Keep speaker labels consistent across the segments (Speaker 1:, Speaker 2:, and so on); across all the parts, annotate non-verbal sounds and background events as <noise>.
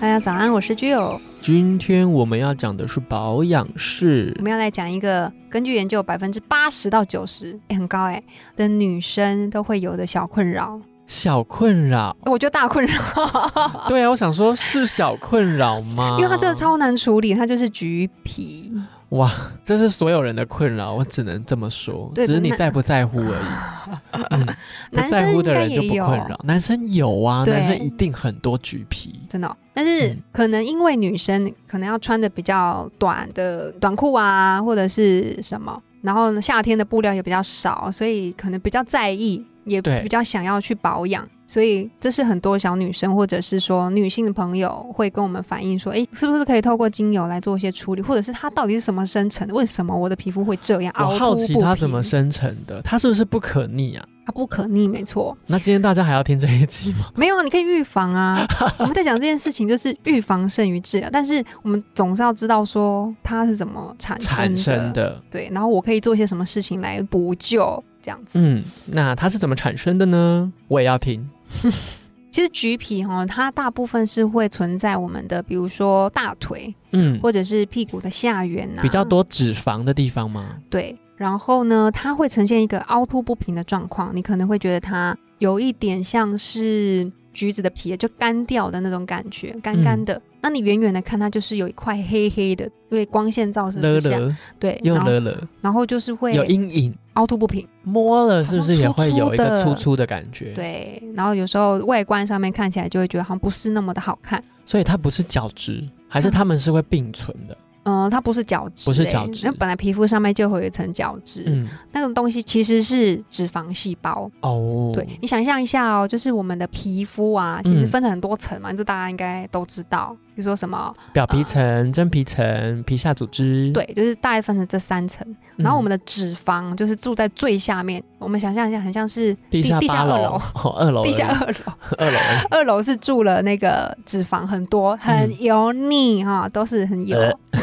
Speaker 1: 大家早安，我是具有。
Speaker 2: 今天我们要讲的是保养室
Speaker 1: 我，们要来讲一个根据研究百分之八十到九十、诶很高哎、的女生都会有的小困扰，
Speaker 2: 小困扰。
Speaker 1: 我觉得大困扰，
Speaker 2: 对啊，我想说，是小困扰吗？
Speaker 1: 因为它真的超难处理，它就是橘皮。
Speaker 2: 哇，这是所有人的困扰，我只能这么说。
Speaker 1: 对
Speaker 2: 只是你
Speaker 1: 那
Speaker 2: 在不在乎而已。嗯、不
Speaker 1: 男
Speaker 2: 在
Speaker 1: 生
Speaker 2: 乎
Speaker 1: 应
Speaker 2: 的
Speaker 1: 该
Speaker 2: 人就
Speaker 1: 也
Speaker 2: 不
Speaker 1: 有，
Speaker 2: 困扰，男生有啊，
Speaker 1: 对
Speaker 2: 男生一定很多橘皮。
Speaker 1: 真的哦、但是
Speaker 2: 嗯
Speaker 1: 可能因为女生可能要穿的比较短的短裤啊，或者是什么，然后呢夏天的布料也比较少，所以可能比较在意，也
Speaker 2: 对
Speaker 1: 比较想要去保养。所以这是很多小女生或者是说女性的朋友会跟我们反映说，诶，是不是可以透过精油来做一些处理，或者是它到底是什么生成的？为什么我的皮肤会这样凹
Speaker 2: 我好
Speaker 1: 凸
Speaker 2: 奇
Speaker 1: 不
Speaker 2: 它怎
Speaker 1: 平
Speaker 2: 么生成的，它是不是不可逆啊？
Speaker 1: 它不可逆，没错。
Speaker 2: 那今天大家还要听这一集吗？
Speaker 1: 没有，啊，你可以预防
Speaker 2: <laughs>
Speaker 1: 啊。我们在讲这件事情，就是预防胜于治疗，但是我们总是要知道说它是怎么产生的，
Speaker 2: 产生的，
Speaker 1: 对，然后我可以做些什么事情来补救，这样子。
Speaker 2: 嗯，那它是怎么产生的呢？我也要听。
Speaker 1: 其实橘皮哈、它大部分是会存在我们的，比如说大腿
Speaker 2: 嗯，
Speaker 1: 或者是屁股的下缘啊呐、
Speaker 2: 比较。多脂肪的地方吗？
Speaker 1: 对，然后呢，它会呈现一个凹凸不平的状况，你可能会觉得它有一点像是橘子的皮，就干掉的那种感觉，
Speaker 2: 嗯
Speaker 1: 干干的。那你远远的看它，就是有一块黑黑的，因为光线照射
Speaker 2: 勒
Speaker 1: 之下，
Speaker 2: 勒
Speaker 1: 对，
Speaker 2: 又
Speaker 1: 然后
Speaker 2: 勒勒，
Speaker 1: 然后就是会
Speaker 2: 有阴影，
Speaker 1: 凹凸不平，
Speaker 2: 摸了是不是也会有
Speaker 1: 好
Speaker 2: 一个
Speaker 1: 像粗粗
Speaker 2: 粗
Speaker 1: 的
Speaker 2: 粗的感觉？，
Speaker 1: 对，然后有时候外观上面看起来就会觉得好像不是那么的好看。
Speaker 2: 所以它不是角质，还是它们是会并存的？
Speaker 1: 嗯、它不是角质欸、
Speaker 2: 不是角质
Speaker 1: 那本来皮肤上面就会有一层角质，
Speaker 2: 嗯，
Speaker 1: 那种东西其实是脂肪细胞，
Speaker 2: 哦，
Speaker 1: 对你想象一下哦，就是我们的皮肤啊，其实
Speaker 2: 嗯
Speaker 1: 分成很多层嘛，这大家应该都知道。比如说什么，
Speaker 2: 表皮层、真皮层、皮下组织，
Speaker 1: 对，就是大概分成这三层。
Speaker 2: 嗯，
Speaker 1: 然后我们的脂肪就是住在最下面，我们想象一下，很像是
Speaker 2: 地下
Speaker 1: 地下
Speaker 2: 八
Speaker 1: 二
Speaker 2: 楼
Speaker 1: 楼，
Speaker 2: 哦，二楼而已，
Speaker 1: 地下二楼，
Speaker 2: 二楼而已，
Speaker 1: 二楼是住了那个脂肪很多，很
Speaker 2: 嗯呃
Speaker 1: 油腻哈、都是很油。 <laughs>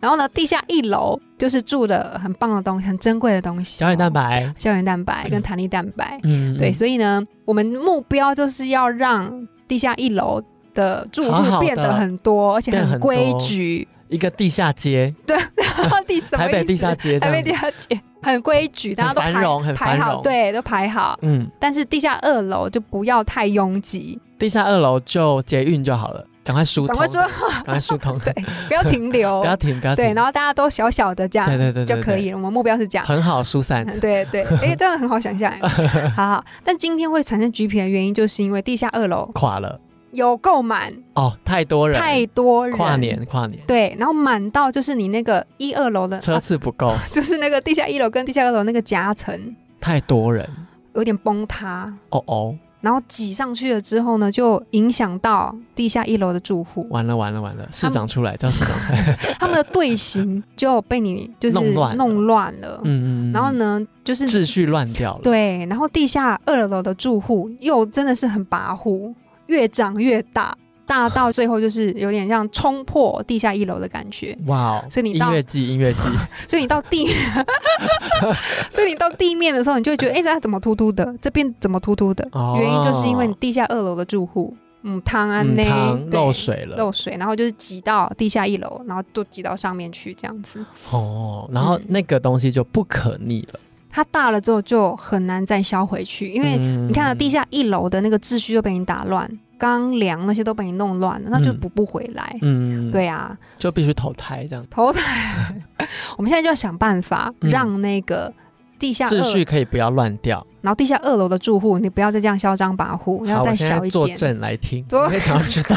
Speaker 1: 然后呢，地下一楼就是住了很棒的东西，很珍贵的东西，哦
Speaker 2: 胶原蛋、白，
Speaker 1: 胶原蛋白跟弹力蛋白。
Speaker 2: 嗯，
Speaker 1: 对，
Speaker 2: 嗯
Speaker 1: 所以呢，我们目标就是要让地下一楼的住
Speaker 2: 好好
Speaker 1: 户
Speaker 2: 的
Speaker 1: 变得很多，而且
Speaker 2: 变
Speaker 1: 很
Speaker 2: 很
Speaker 1: 规
Speaker 2: 多
Speaker 1: 矩。
Speaker 2: 一个地下街，
Speaker 1: <laughs> 地什么
Speaker 2: 台北
Speaker 1: 意
Speaker 2: 地
Speaker 1: 思
Speaker 2: 下街这
Speaker 1: 台
Speaker 2: 样
Speaker 1: 北
Speaker 2: 子
Speaker 1: 地下街很规矩，大家都
Speaker 2: 很
Speaker 1: 排
Speaker 2: 繁荣很
Speaker 1: 排
Speaker 2: 繁
Speaker 1: 好，
Speaker 2: 荣
Speaker 1: 对，都排好。
Speaker 2: 嗯，
Speaker 1: 但是地下二楼就不要太拥挤，
Speaker 2: 地下二楼就捷运就好了，赶快疏
Speaker 1: 赶
Speaker 2: 通，
Speaker 1: 快说， <laughs>
Speaker 2: 赶快疏通，
Speaker 1: 对不要停留
Speaker 2: <laughs> 不，要停，不要停，
Speaker 1: 对，然后大家都小小的这样
Speaker 2: 对对对对
Speaker 1: 就可以了。我们目标是这样。
Speaker 2: 很好疏散，
Speaker 1: 嗯 <laughs> 对对，
Speaker 2: <laughs>
Speaker 1: 哎、这样很好想象欸，好好。但今天会产生橘皮的原因，就是因为地下二楼
Speaker 2: 垮了
Speaker 1: 有够满，
Speaker 2: 哦，太多人，
Speaker 1: 太多人。
Speaker 2: 跨年跨年，
Speaker 1: 对，然后满到就是你那个一二楼的，
Speaker 2: 车
Speaker 1: 啊
Speaker 2: 次不够，
Speaker 1: 就是那个地下一楼跟地下二楼那个夹层
Speaker 2: 太多人，
Speaker 1: 有点崩塌，
Speaker 2: 哦哦，
Speaker 1: 然后挤上去了之后呢，就影响到地下一楼的住户，
Speaker 2: 完了完了完了，市长出来叫市长，
Speaker 1: <laughs> 他们的队形就被你就是
Speaker 2: 弄乱了
Speaker 1: 弄乱了。
Speaker 2: 嗯嗯，嗯
Speaker 1: 然后？呢，就是
Speaker 2: 秩序乱掉了，，
Speaker 1: 对，然后地下二楼的住户又真的是很跋扈，越长越大，大到最后就是有点像冲破地下一楼的感觉。
Speaker 2: 哇哦，
Speaker 1: 所以你
Speaker 2: 音
Speaker 1: 到
Speaker 2: 乐季音乐季，
Speaker 1: 所以你到
Speaker 2: <laughs>
Speaker 1: 地，所以你到地面的时候，你就会觉得，哎、这怎么凸凸的？这边怎么凸凸的？
Speaker 2: 哦
Speaker 1: <laughs> 原因就是因为你地下二楼的住户，嗯，汤啊
Speaker 2: 嗯，
Speaker 1: 内
Speaker 2: 汤
Speaker 1: 对
Speaker 2: 漏水了，
Speaker 1: 漏水，然后就是挤到地下一楼，然后都挤到上面去，这样子。
Speaker 2: 哦，然后
Speaker 1: 嗯
Speaker 2: 那个东西就不可逆了，
Speaker 1: 它大了之后就很难再消回去，因为
Speaker 2: 为
Speaker 1: 你看到啊地下一楼的那个秩序就被你打乱，钢梁那些都被你弄乱了，那就
Speaker 2: 嗯
Speaker 1: 补不回来。
Speaker 2: 嗯，
Speaker 1: 对啊，
Speaker 2: 就必须投胎这样，
Speaker 1: 头 <laughs> 台，我们现在就要想办法
Speaker 2: 嗯
Speaker 1: 让那个地下二
Speaker 2: 秩序可以不要乱掉。
Speaker 1: 然后地下二楼的住户，你不要再这样嚣张跋扈，要
Speaker 2: 好，
Speaker 1: 再
Speaker 2: 我现
Speaker 1: 小
Speaker 2: 在
Speaker 1: 一
Speaker 2: 坐
Speaker 1: 点。
Speaker 2: 正来听，
Speaker 1: 坐
Speaker 2: 我也想要
Speaker 1: <laughs>
Speaker 2: 知道。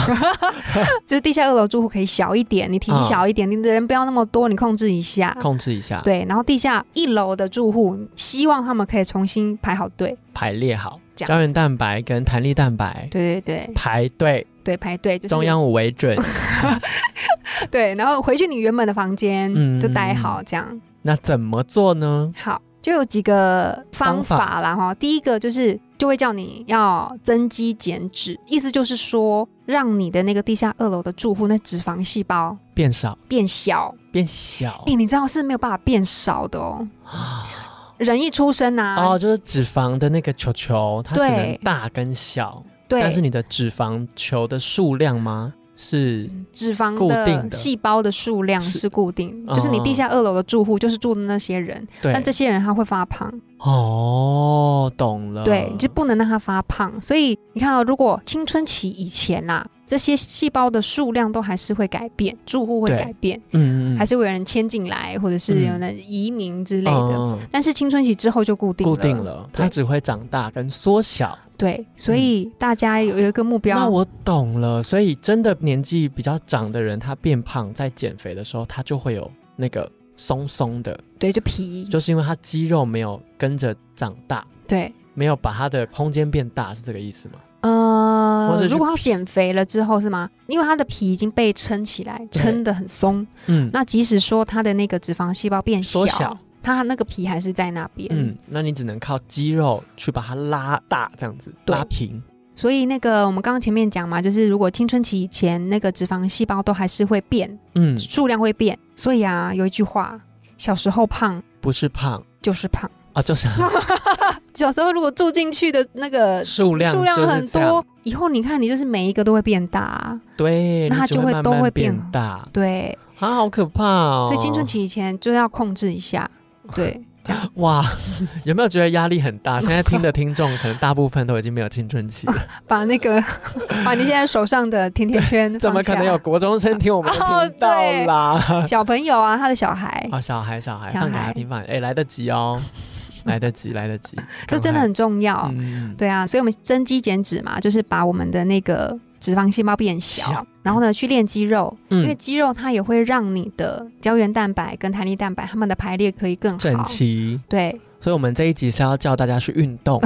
Speaker 1: 就是地下二楼住户可以小一点，你体积
Speaker 2: 嗯
Speaker 1: 小一点，你的人不要那么多，你控制一下。
Speaker 2: 控制一下，
Speaker 1: 对，然后地下一楼的住户，希望他们可以重新排好队。
Speaker 2: 排列好
Speaker 1: 这样子
Speaker 2: 胶原蛋白跟弹力蛋白
Speaker 1: 对对对
Speaker 2: 排队，
Speaker 1: 对，排队就是
Speaker 2: 中央五为准。
Speaker 1: <laughs> 对，然后回去你原本的房间、
Speaker 2: 嗯
Speaker 1: 就待好，这样
Speaker 2: 那怎么做呢？
Speaker 1: 好。就有几个方
Speaker 2: 方
Speaker 1: 法啦哈，第一个就是就会叫你要增肌减脂，意思就是说让你的那个地下二楼的住户那脂肪细胞
Speaker 2: 变少，
Speaker 1: 变小。
Speaker 2: 变小
Speaker 1: 哎、你知道是没有办法变少的哦，人一出生啊呐、
Speaker 2: 哦，就是脂肪的那个球球，它只能
Speaker 1: 对
Speaker 2: 大跟小，
Speaker 1: 对，
Speaker 2: 但是你的脂肪球的数量吗？是
Speaker 1: 脂肪
Speaker 2: 固定
Speaker 1: 的
Speaker 2: 的
Speaker 1: 细胞的数量
Speaker 2: 是
Speaker 1: 是固定，
Speaker 2: 哦
Speaker 1: 就是你地下二楼的住户就是住的嗯那些人，
Speaker 2: 对
Speaker 1: 但这些人他会发胖，
Speaker 2: 哦，懂了，
Speaker 1: 对，你就不能让他发胖。所以你看到、如果青春期以前啦、这些细胞的数量都还是会改变，住户会
Speaker 2: 对
Speaker 1: 改变，
Speaker 2: 嗯嗯嗯，嗯
Speaker 1: 还是会有人迁进来，或者是有人移民之类的。
Speaker 2: 嗯嗯嗯
Speaker 1: 但是青春期之后就固定了，
Speaker 2: 固定了，它
Speaker 1: 对
Speaker 2: 只会长大跟缩小。
Speaker 1: 对，所以大家有有一个目标，
Speaker 2: 嗯那我懂了，所以真的年纪比较长的人，他变胖在减肥的时候，他就会有那个松松的，
Speaker 1: 对，就皮，
Speaker 2: 就是因为他肌肉没有跟着长大，
Speaker 1: 对，
Speaker 2: 没有把他的空间变大，是这个意思吗？或
Speaker 1: 呃
Speaker 2: 者，是
Speaker 1: 如果他
Speaker 2: 皮
Speaker 1: 减肥了之后是吗？因为他的皮已经被撑起来，撑得很松。
Speaker 2: 嗯，
Speaker 1: 那即使说他的那个脂肪细胞变
Speaker 2: 缩
Speaker 1: 小，
Speaker 2: 小，
Speaker 1: 他那个皮还是在那边。
Speaker 2: 嗯，那你只能靠肌肉去把它拉大，这样子
Speaker 1: 对
Speaker 2: 拉平。
Speaker 1: 所以那个我们刚刚前面讲嘛，就是如果青春期以前那个脂肪细胞都还是会变，
Speaker 2: 嗯，
Speaker 1: 数量会变。所以啊，有一句话，小时候胖
Speaker 2: 不是胖
Speaker 1: 就是
Speaker 2: <laughs>
Speaker 1: 胖。
Speaker 2: 啊，就是
Speaker 1: 小时候如果住进去的那个
Speaker 2: 数量
Speaker 1: 数量
Speaker 2: 就是
Speaker 1: 很
Speaker 2: 这样
Speaker 1: 多，，以后你看你就是每一个都会变大啊。
Speaker 2: 对，
Speaker 1: 那
Speaker 2: 你
Speaker 1: 它
Speaker 2: 只
Speaker 1: 就会
Speaker 2: 慢
Speaker 1: 都
Speaker 2: 慢
Speaker 1: 会
Speaker 2: 变
Speaker 1: 变
Speaker 2: 大
Speaker 1: 对，
Speaker 2: 啊，好可怕哦！
Speaker 1: 所以青春期以前就要控制一
Speaker 2: <laughs>
Speaker 1: 下。对，这样。
Speaker 2: 哇，有没有觉得压力很大？现在听的听众可能大部分都已经没有青春
Speaker 1: <laughs>
Speaker 2: 期了，
Speaker 1: 把那个把你现在手上的甜甜圈
Speaker 2: <laughs> 怎么
Speaker 1: 放下
Speaker 2: 可能有国中生听我们的频道 <laughs> 啦？
Speaker 1: 小朋友啊，他的小孩，
Speaker 2: 啊，小孩，小孩，
Speaker 1: 哦小孩
Speaker 2: 放给他听，放哎，来得
Speaker 1: <laughs>
Speaker 2: 及哦，来得及，来得及，
Speaker 1: 这真的很重要。
Speaker 2: 赶快嗯，
Speaker 1: 对啊，所以我们增肌减脂嘛，就是把我们的那个脂肪细胞变小，
Speaker 2: 小
Speaker 1: 然后呢去练肌肉，
Speaker 2: 嗯
Speaker 1: 因为肌肉它也会让你的胶原蛋白跟弹力蛋白它们的排列可以更
Speaker 2: 整
Speaker 1: 好。
Speaker 2: 齐。
Speaker 1: 对，
Speaker 2: 所以，我们这一集是要教大家去运动。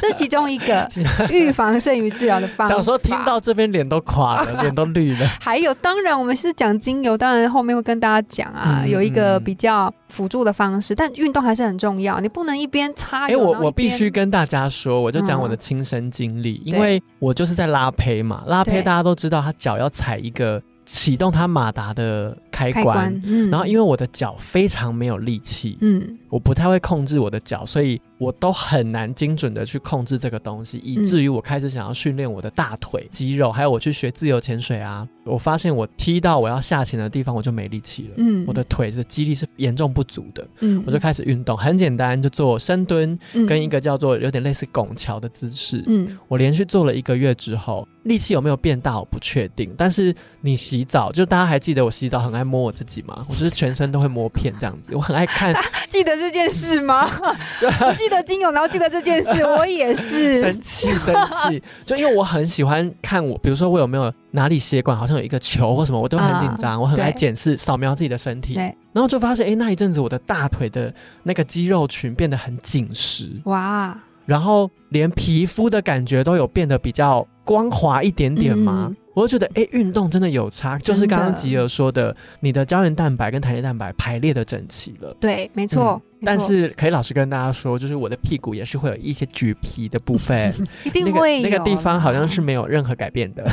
Speaker 1: 这其中一
Speaker 2: <laughs>
Speaker 1: 个预防胜于治疗的方法。
Speaker 2: 小时候听到这边脸都
Speaker 1: <laughs>
Speaker 2: 垮了，脸都绿了。
Speaker 1: 还有，当然我们是讲精油，当然后面会跟大家讲啊，
Speaker 2: 嗯
Speaker 1: 有一个比较辅助的方式，但运动还是很重要，你不能一边擦
Speaker 2: 哎、
Speaker 1: 油，
Speaker 2: 我
Speaker 1: 然后
Speaker 2: 我
Speaker 1: 一边
Speaker 2: 必须跟大家说，我就讲我的
Speaker 1: 嗯
Speaker 2: 亲身经历，因
Speaker 1: 对
Speaker 2: 为我就是在拉胚嘛，拉胚
Speaker 1: 对
Speaker 2: 大家都知道，他脚要踩一个启动他马达的开
Speaker 1: 开
Speaker 2: 关。
Speaker 1: 关，嗯，
Speaker 2: 然后，因
Speaker 1: 为
Speaker 2: 为我的脚非常没有力气，
Speaker 1: 嗯
Speaker 2: 我不太会控制我的脚，所以我都很难精准的去控制这个东西，以
Speaker 1: 嗯
Speaker 2: 至于我开始想要训练我的大腿肌肉，还有我去学自由潜水啊，我发现我踢到我要下潜的地方，我就没力气了，
Speaker 1: 嗯，
Speaker 2: 我的腿的肌力是严重不足的。
Speaker 1: 嗯，
Speaker 2: 我就开始运动，很简单，就做深蹲
Speaker 1: 嗯
Speaker 2: 跟一个叫做有点类似拱桥的姿势。
Speaker 1: 嗯
Speaker 2: 我连续做了一个月之后，力气有没有变大我不确定，但是你洗澡，就大家还记得我洗澡很爱摸我自己吗？我就是全身都会摸片这样子，我很爱看
Speaker 1: 记得这件事吗？
Speaker 2: <laughs>
Speaker 1: 不记得精油，然后记得这件事，我也是
Speaker 2: 生气生气，就因为我很喜欢看我，比如说我有没有哪里血管好像有一个球或什么，我都很紧张，我很爱
Speaker 1: 对
Speaker 2: 检视扫描自己的身体，
Speaker 1: 对，
Speaker 2: 然后就发现诶，那一阵子我的大腿的那个肌肉群变得很紧实，
Speaker 1: 哇，
Speaker 2: 然后连皮肤的感觉都有变得比较光滑一点点吗？
Speaker 1: 嗯
Speaker 2: 我就觉得，哎、运动真的有差，就是刚刚
Speaker 1: 真的
Speaker 2: 吉儿说的，你的胶原蛋白跟弹力蛋白排列的整齐了。
Speaker 1: 对，没错，没错
Speaker 2: 嗯但是可以老实跟大家说，就是我的屁股也是会有一些橘皮的
Speaker 1: <laughs>
Speaker 2: 部分，
Speaker 1: 一
Speaker 2: 那
Speaker 1: 定
Speaker 2: 个
Speaker 1: 会
Speaker 2: 那个
Speaker 1: 有啊
Speaker 2: 地方好像
Speaker 1: 啦
Speaker 2: 是没有任何改变的。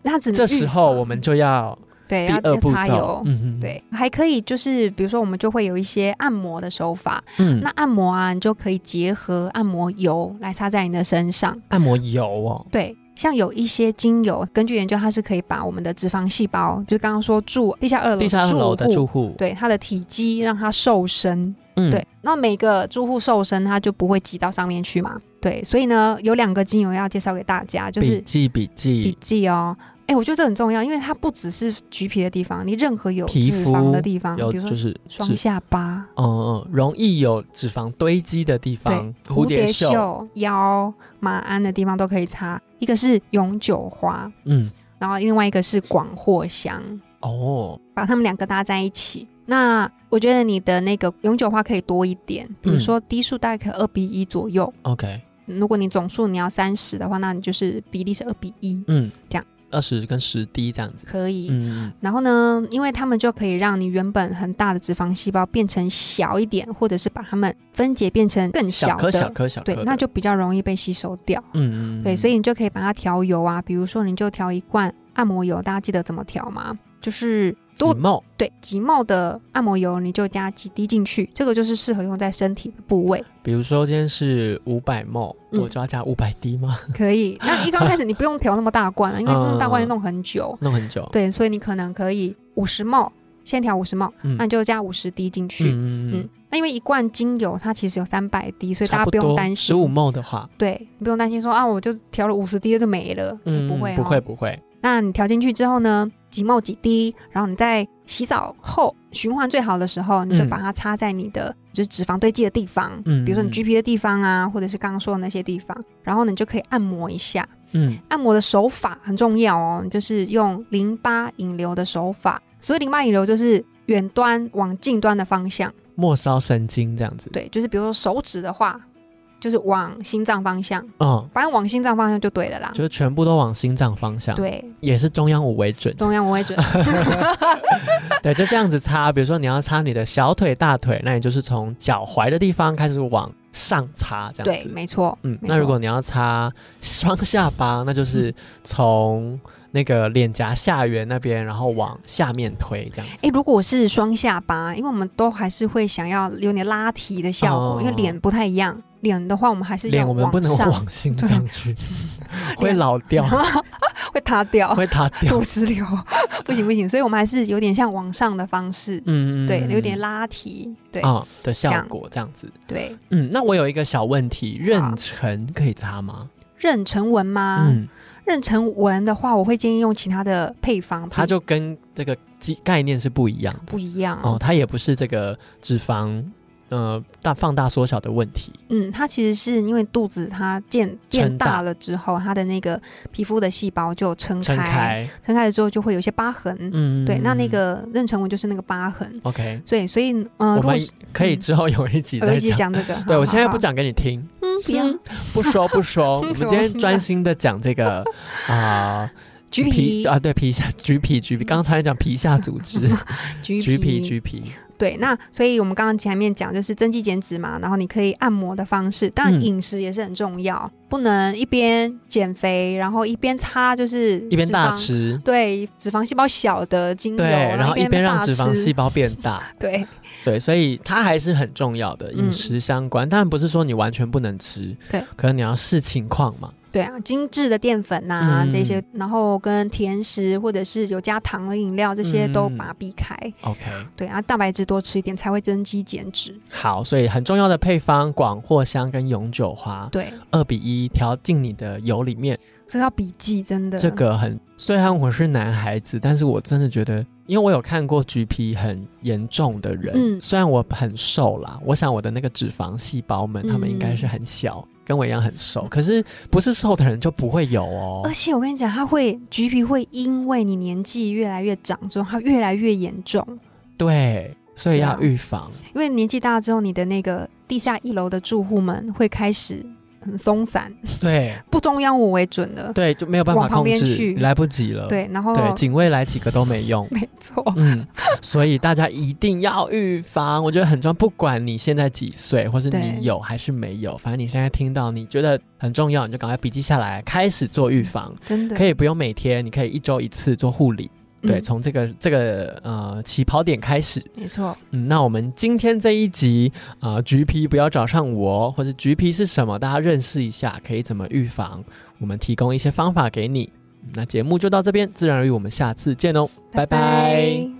Speaker 1: 那只能
Speaker 2: 这时
Speaker 1: 预
Speaker 2: 候
Speaker 1: 防
Speaker 2: 我们就要
Speaker 1: 对
Speaker 2: 第
Speaker 1: 要
Speaker 2: 二
Speaker 1: 要
Speaker 2: 步
Speaker 1: 擦
Speaker 2: 骤
Speaker 1: 油，，
Speaker 2: 嗯嗯，
Speaker 1: 对，还可以就是比如说我们就会有一些按摩的手法，
Speaker 2: 嗯，
Speaker 1: 那按摩啊，你就可以结合按摩油来擦在你的身上。
Speaker 2: 按摩油哦，
Speaker 1: 对，像有一些精油，根据研究，它是可以把我们的脂肪细胞，就刚刚说住地下二楼
Speaker 2: 第三楼的住
Speaker 1: 户，
Speaker 2: 户，
Speaker 1: 呃对它的体积让它瘦身。
Speaker 2: 嗯
Speaker 1: 对，那每个住户瘦身，它就不会挤到上面去嘛。对，所以呢，有两个精油要介绍给大家，就
Speaker 2: 笔
Speaker 1: 是
Speaker 2: 记笔
Speaker 1: 笔
Speaker 2: 记，
Speaker 1: 记哦。哎，我觉得这很重要，因为它不只是橘皮的地方，你任何有
Speaker 2: 皮
Speaker 1: 脂肪
Speaker 2: 肤
Speaker 1: 的地方，
Speaker 2: 有
Speaker 1: 啊比如
Speaker 2: 就
Speaker 1: 说
Speaker 2: 是是
Speaker 1: 双下巴、
Speaker 2: 嗯，嗯，容易有脂肪堆积的地方，
Speaker 1: 对，蝴蝶，袖、腰、马鞍的地方都可以擦。一个是永久花，
Speaker 2: 嗯，
Speaker 1: 然后另外一个是广藿香，
Speaker 2: 哦，
Speaker 1: 把它们两个搭在一起。那我
Speaker 2: 嗯
Speaker 1: 觉得你的那个永久花可以多一点，比如说滴数大概可以二比一左右，
Speaker 2: ，OK，
Speaker 1: 如果你总数你要三十的话，那你就是比例是二比一，
Speaker 2: 嗯，
Speaker 1: 这样
Speaker 2: 二十跟十滴这样子，
Speaker 1: 可以。
Speaker 2: 嗯，
Speaker 1: 然后呢，因为它们就可以让你原本很大的脂肪细胞变成小一点，或者是把它们分解变成更
Speaker 2: 小颗
Speaker 1: 的，
Speaker 2: 小颗小颗
Speaker 1: 对
Speaker 2: 的，，
Speaker 1: 那就比较容易被吸收掉。
Speaker 2: 嗯嗯，
Speaker 1: 对，所
Speaker 2: 以
Speaker 1: 以你就可以把它调油啊，比如说你就调一罐按摩油，大家记得怎么调吗？就是
Speaker 2: 多
Speaker 1: 多
Speaker 2: 冒
Speaker 1: 对几毛的按摩油，你就加几滴进去，这个就是适合用在身体的部
Speaker 2: <laughs>
Speaker 1: 位，
Speaker 2: 比如说今天是五百冒，
Speaker 1: 嗯
Speaker 2: 我就要加五百滴吗？ <laughs>
Speaker 1: 可以。那一刚开始你不用调那么大罐啊了，因为
Speaker 2: 嗯
Speaker 1: 弄大罐要弄很久，
Speaker 2: 弄很久，
Speaker 1: 对，所以你可能可以五十毛先调五十毛，
Speaker 2: 嗯
Speaker 1: 那你就加五十滴进去。
Speaker 2: 嗯
Speaker 1: 嗯，那因为一罐精油它其实有三百滴，所以大家
Speaker 2: 差不
Speaker 1: 不用担
Speaker 2: 十五
Speaker 1: 心。
Speaker 2: 冒的话，
Speaker 1: 对，你不用担心说啊，我就调了五十滴就没了，也
Speaker 2: 嗯，
Speaker 1: 不会、哦，
Speaker 2: 不会不会，
Speaker 1: 那你调进去之后呢，几毛几滴，然后你在洗澡后循环最好的时候，你就
Speaker 2: 嗯
Speaker 1: 把它擦在你的、就是脂肪堆积的地方，
Speaker 2: 嗯
Speaker 1: 比如说你
Speaker 2: 嗯
Speaker 1: GP 的地方啊，或者是刚刚说的那些地方，然后呢你就可以按摩一下。
Speaker 2: 嗯
Speaker 1: 按摩的手法很重要哦，你就是用淋巴引流的手法。所以淋巴引流就是远端往近端的方向，
Speaker 2: 末梢神经这样子，
Speaker 1: 对，就是比如说手指的话，就是往心脏方向，
Speaker 2: 嗯，
Speaker 1: 反正往心脏方向就对了啦。
Speaker 2: 就是全部都往心脏方向，，
Speaker 1: 对，
Speaker 2: 也是中央五为准，
Speaker 1: 中央我
Speaker 2: <laughs>
Speaker 1: 会觉得
Speaker 2: 对，就这样子擦。比如说你要擦你的小腿、大腿，那你就是从脚踝的地方开始往上擦，这样
Speaker 1: 对，
Speaker 2: 子。
Speaker 1: 没错。
Speaker 2: 嗯，
Speaker 1: 没
Speaker 2: 那如
Speaker 1: 错
Speaker 2: 果你要擦双下巴，那就是从那个脸颊下缘那边，然后往下面推这样子。
Speaker 1: 哎、如果是双下巴，因为我们都还是会想要有点拉提的效果，
Speaker 2: 哦
Speaker 1: 因为脸不太一样。脸的话，我们哎还是
Speaker 2: 脸
Speaker 1: 要
Speaker 2: 我们不
Speaker 1: 往
Speaker 2: 能
Speaker 1: 上，
Speaker 2: 往心脏去，会老掉，
Speaker 1: <laughs> 会塌掉，
Speaker 2: <laughs> 会塌
Speaker 1: <laughs>
Speaker 2: 掉
Speaker 1: 肚。子流，不行不行，所以我们还是有点像往上的方式，
Speaker 2: 嗯，嗯
Speaker 1: 对，有点拉提，对、
Speaker 2: 啊、嗯的效
Speaker 1: 这样
Speaker 2: 果这样子。
Speaker 1: 对。
Speaker 2: 嗯，那我有一个小问题，妊
Speaker 1: 好啊
Speaker 2: 娠可以擦吗？
Speaker 1: 妊娠纹吗？
Speaker 2: 嗯，
Speaker 1: 妊娠纹的话，我会建议用其他的配方，
Speaker 2: 它就跟这个基概念是不一样的。
Speaker 1: 不一样
Speaker 2: 哦，它也不是这个脂肪呃大放大缩小的问题，
Speaker 1: 嗯，它其实是因为肚子它变变
Speaker 2: 撑大
Speaker 1: 大了之后，它的那个皮肤的细胞就撑
Speaker 2: 撑
Speaker 1: 开，
Speaker 2: 开，
Speaker 1: 撑开了之后就会有一些疤痕，
Speaker 2: 嗯，
Speaker 1: 对，那那
Speaker 2: 嗯
Speaker 1: 个妊娠纹就是那个疤痕，
Speaker 2: OK，
Speaker 1: 所以所以呃，
Speaker 2: 我
Speaker 1: 如果
Speaker 2: 们
Speaker 1: 是
Speaker 2: 可以
Speaker 1: 嗯
Speaker 2: 之后有一集
Speaker 1: 我
Speaker 2: 再
Speaker 1: 一起讲
Speaker 2: 讲。
Speaker 1: 这个，
Speaker 2: <laughs> 对，
Speaker 1: 好
Speaker 2: 我现在
Speaker 1: 好
Speaker 2: 不讲给你听，
Speaker 1: 嗯，不要
Speaker 2: <laughs> 不说不
Speaker 1: <laughs>
Speaker 2: 说，我们今天
Speaker 1: 怎么
Speaker 2: 专心的讲这个
Speaker 1: <laughs>
Speaker 2: 啊，
Speaker 1: 橘皮嗯
Speaker 2: 啊，对，皮下橘皮橘皮，刚才讲皮下组织，
Speaker 1: <laughs> 橘
Speaker 2: 橘皮橘皮，
Speaker 1: 对，那所以我们刚刚前面讲就是增肌减脂嘛，然后你可以按摩的方式，当
Speaker 2: 嗯
Speaker 1: 然饮食也是很重要，不能一边减肥，然后一边擦就是
Speaker 2: 一边
Speaker 1: 脂
Speaker 2: 大
Speaker 1: 肪。
Speaker 2: 吃，
Speaker 1: 对，脂肪细胞小的精油，
Speaker 2: 对，然后
Speaker 1: 一
Speaker 2: 一边让
Speaker 1: 大
Speaker 2: 脂肪
Speaker 1: 吃
Speaker 2: 细胞变大，
Speaker 1: 对，
Speaker 2: 对，所以它还是很重要的，饮
Speaker 1: 嗯
Speaker 2: 食相关。当然不是说你完全不能吃，
Speaker 1: 对，
Speaker 2: 可能你要视情况嘛。
Speaker 1: 对啊，精致的淀粉呐、
Speaker 2: 嗯
Speaker 1: 这些，然后跟甜食或者是有加糖的饮料，这些都
Speaker 2: 嗯
Speaker 1: 把它避开。
Speaker 2: OK，
Speaker 1: 对啊，蛋白质多吃一点才会增肌减脂。
Speaker 2: 好，所以很重要的配方广藿香跟永久花
Speaker 1: 对，
Speaker 2: 二比一调进你的油里面，
Speaker 1: 这个要笔记，真的。
Speaker 2: 这个很。虽然我是男孩子，但是我真的觉得，因为我有看过橘皮很严重的人，
Speaker 1: 嗯
Speaker 2: 虽然我很瘦啦，我想我的那个脂肪细胞们，他们应该是
Speaker 1: 嗯
Speaker 2: 很小，跟我一样很瘦，可是不是瘦的人就不会有哦。
Speaker 1: 而且我跟你讲，它会橘皮会因为你年纪越来越长之后，它越来越严重。
Speaker 2: 对，所以要
Speaker 1: 对啊
Speaker 2: 预防。
Speaker 1: 因为年纪大了之后，你的那个地下一楼的住户们会开始很松散，
Speaker 2: 对，
Speaker 1: 不中央我为准了。
Speaker 2: 对，就没有办法
Speaker 1: 往旁
Speaker 2: 控
Speaker 1: 边
Speaker 2: 制
Speaker 1: 去，
Speaker 2: 来不及了。
Speaker 1: 对，哦然后。
Speaker 2: 对警卫来几个都没用
Speaker 1: <laughs> 没错，
Speaker 2: 嗯，所以大家一定要预防，我觉得很重要。不管你现在几岁，或是
Speaker 1: 对
Speaker 2: 你有还是没有，反正你现在听到你觉得很重要，你就赶快笔记下来，开始做预防。
Speaker 1: 真的
Speaker 2: 可以不用每天，你可以一周一次做护理。对，
Speaker 1: 嗯
Speaker 2: 从这个这个呃起跑点开始，
Speaker 1: 没错，
Speaker 2: 嗯，那我们今天这一集啊、呃橘皮不要找上我，或者橘皮是什么，大家认识一下，可以怎么预防，我们提供一些方法给你。嗯那节目就到这边，自然而然我们下次见哦，拜拜
Speaker 1: 拜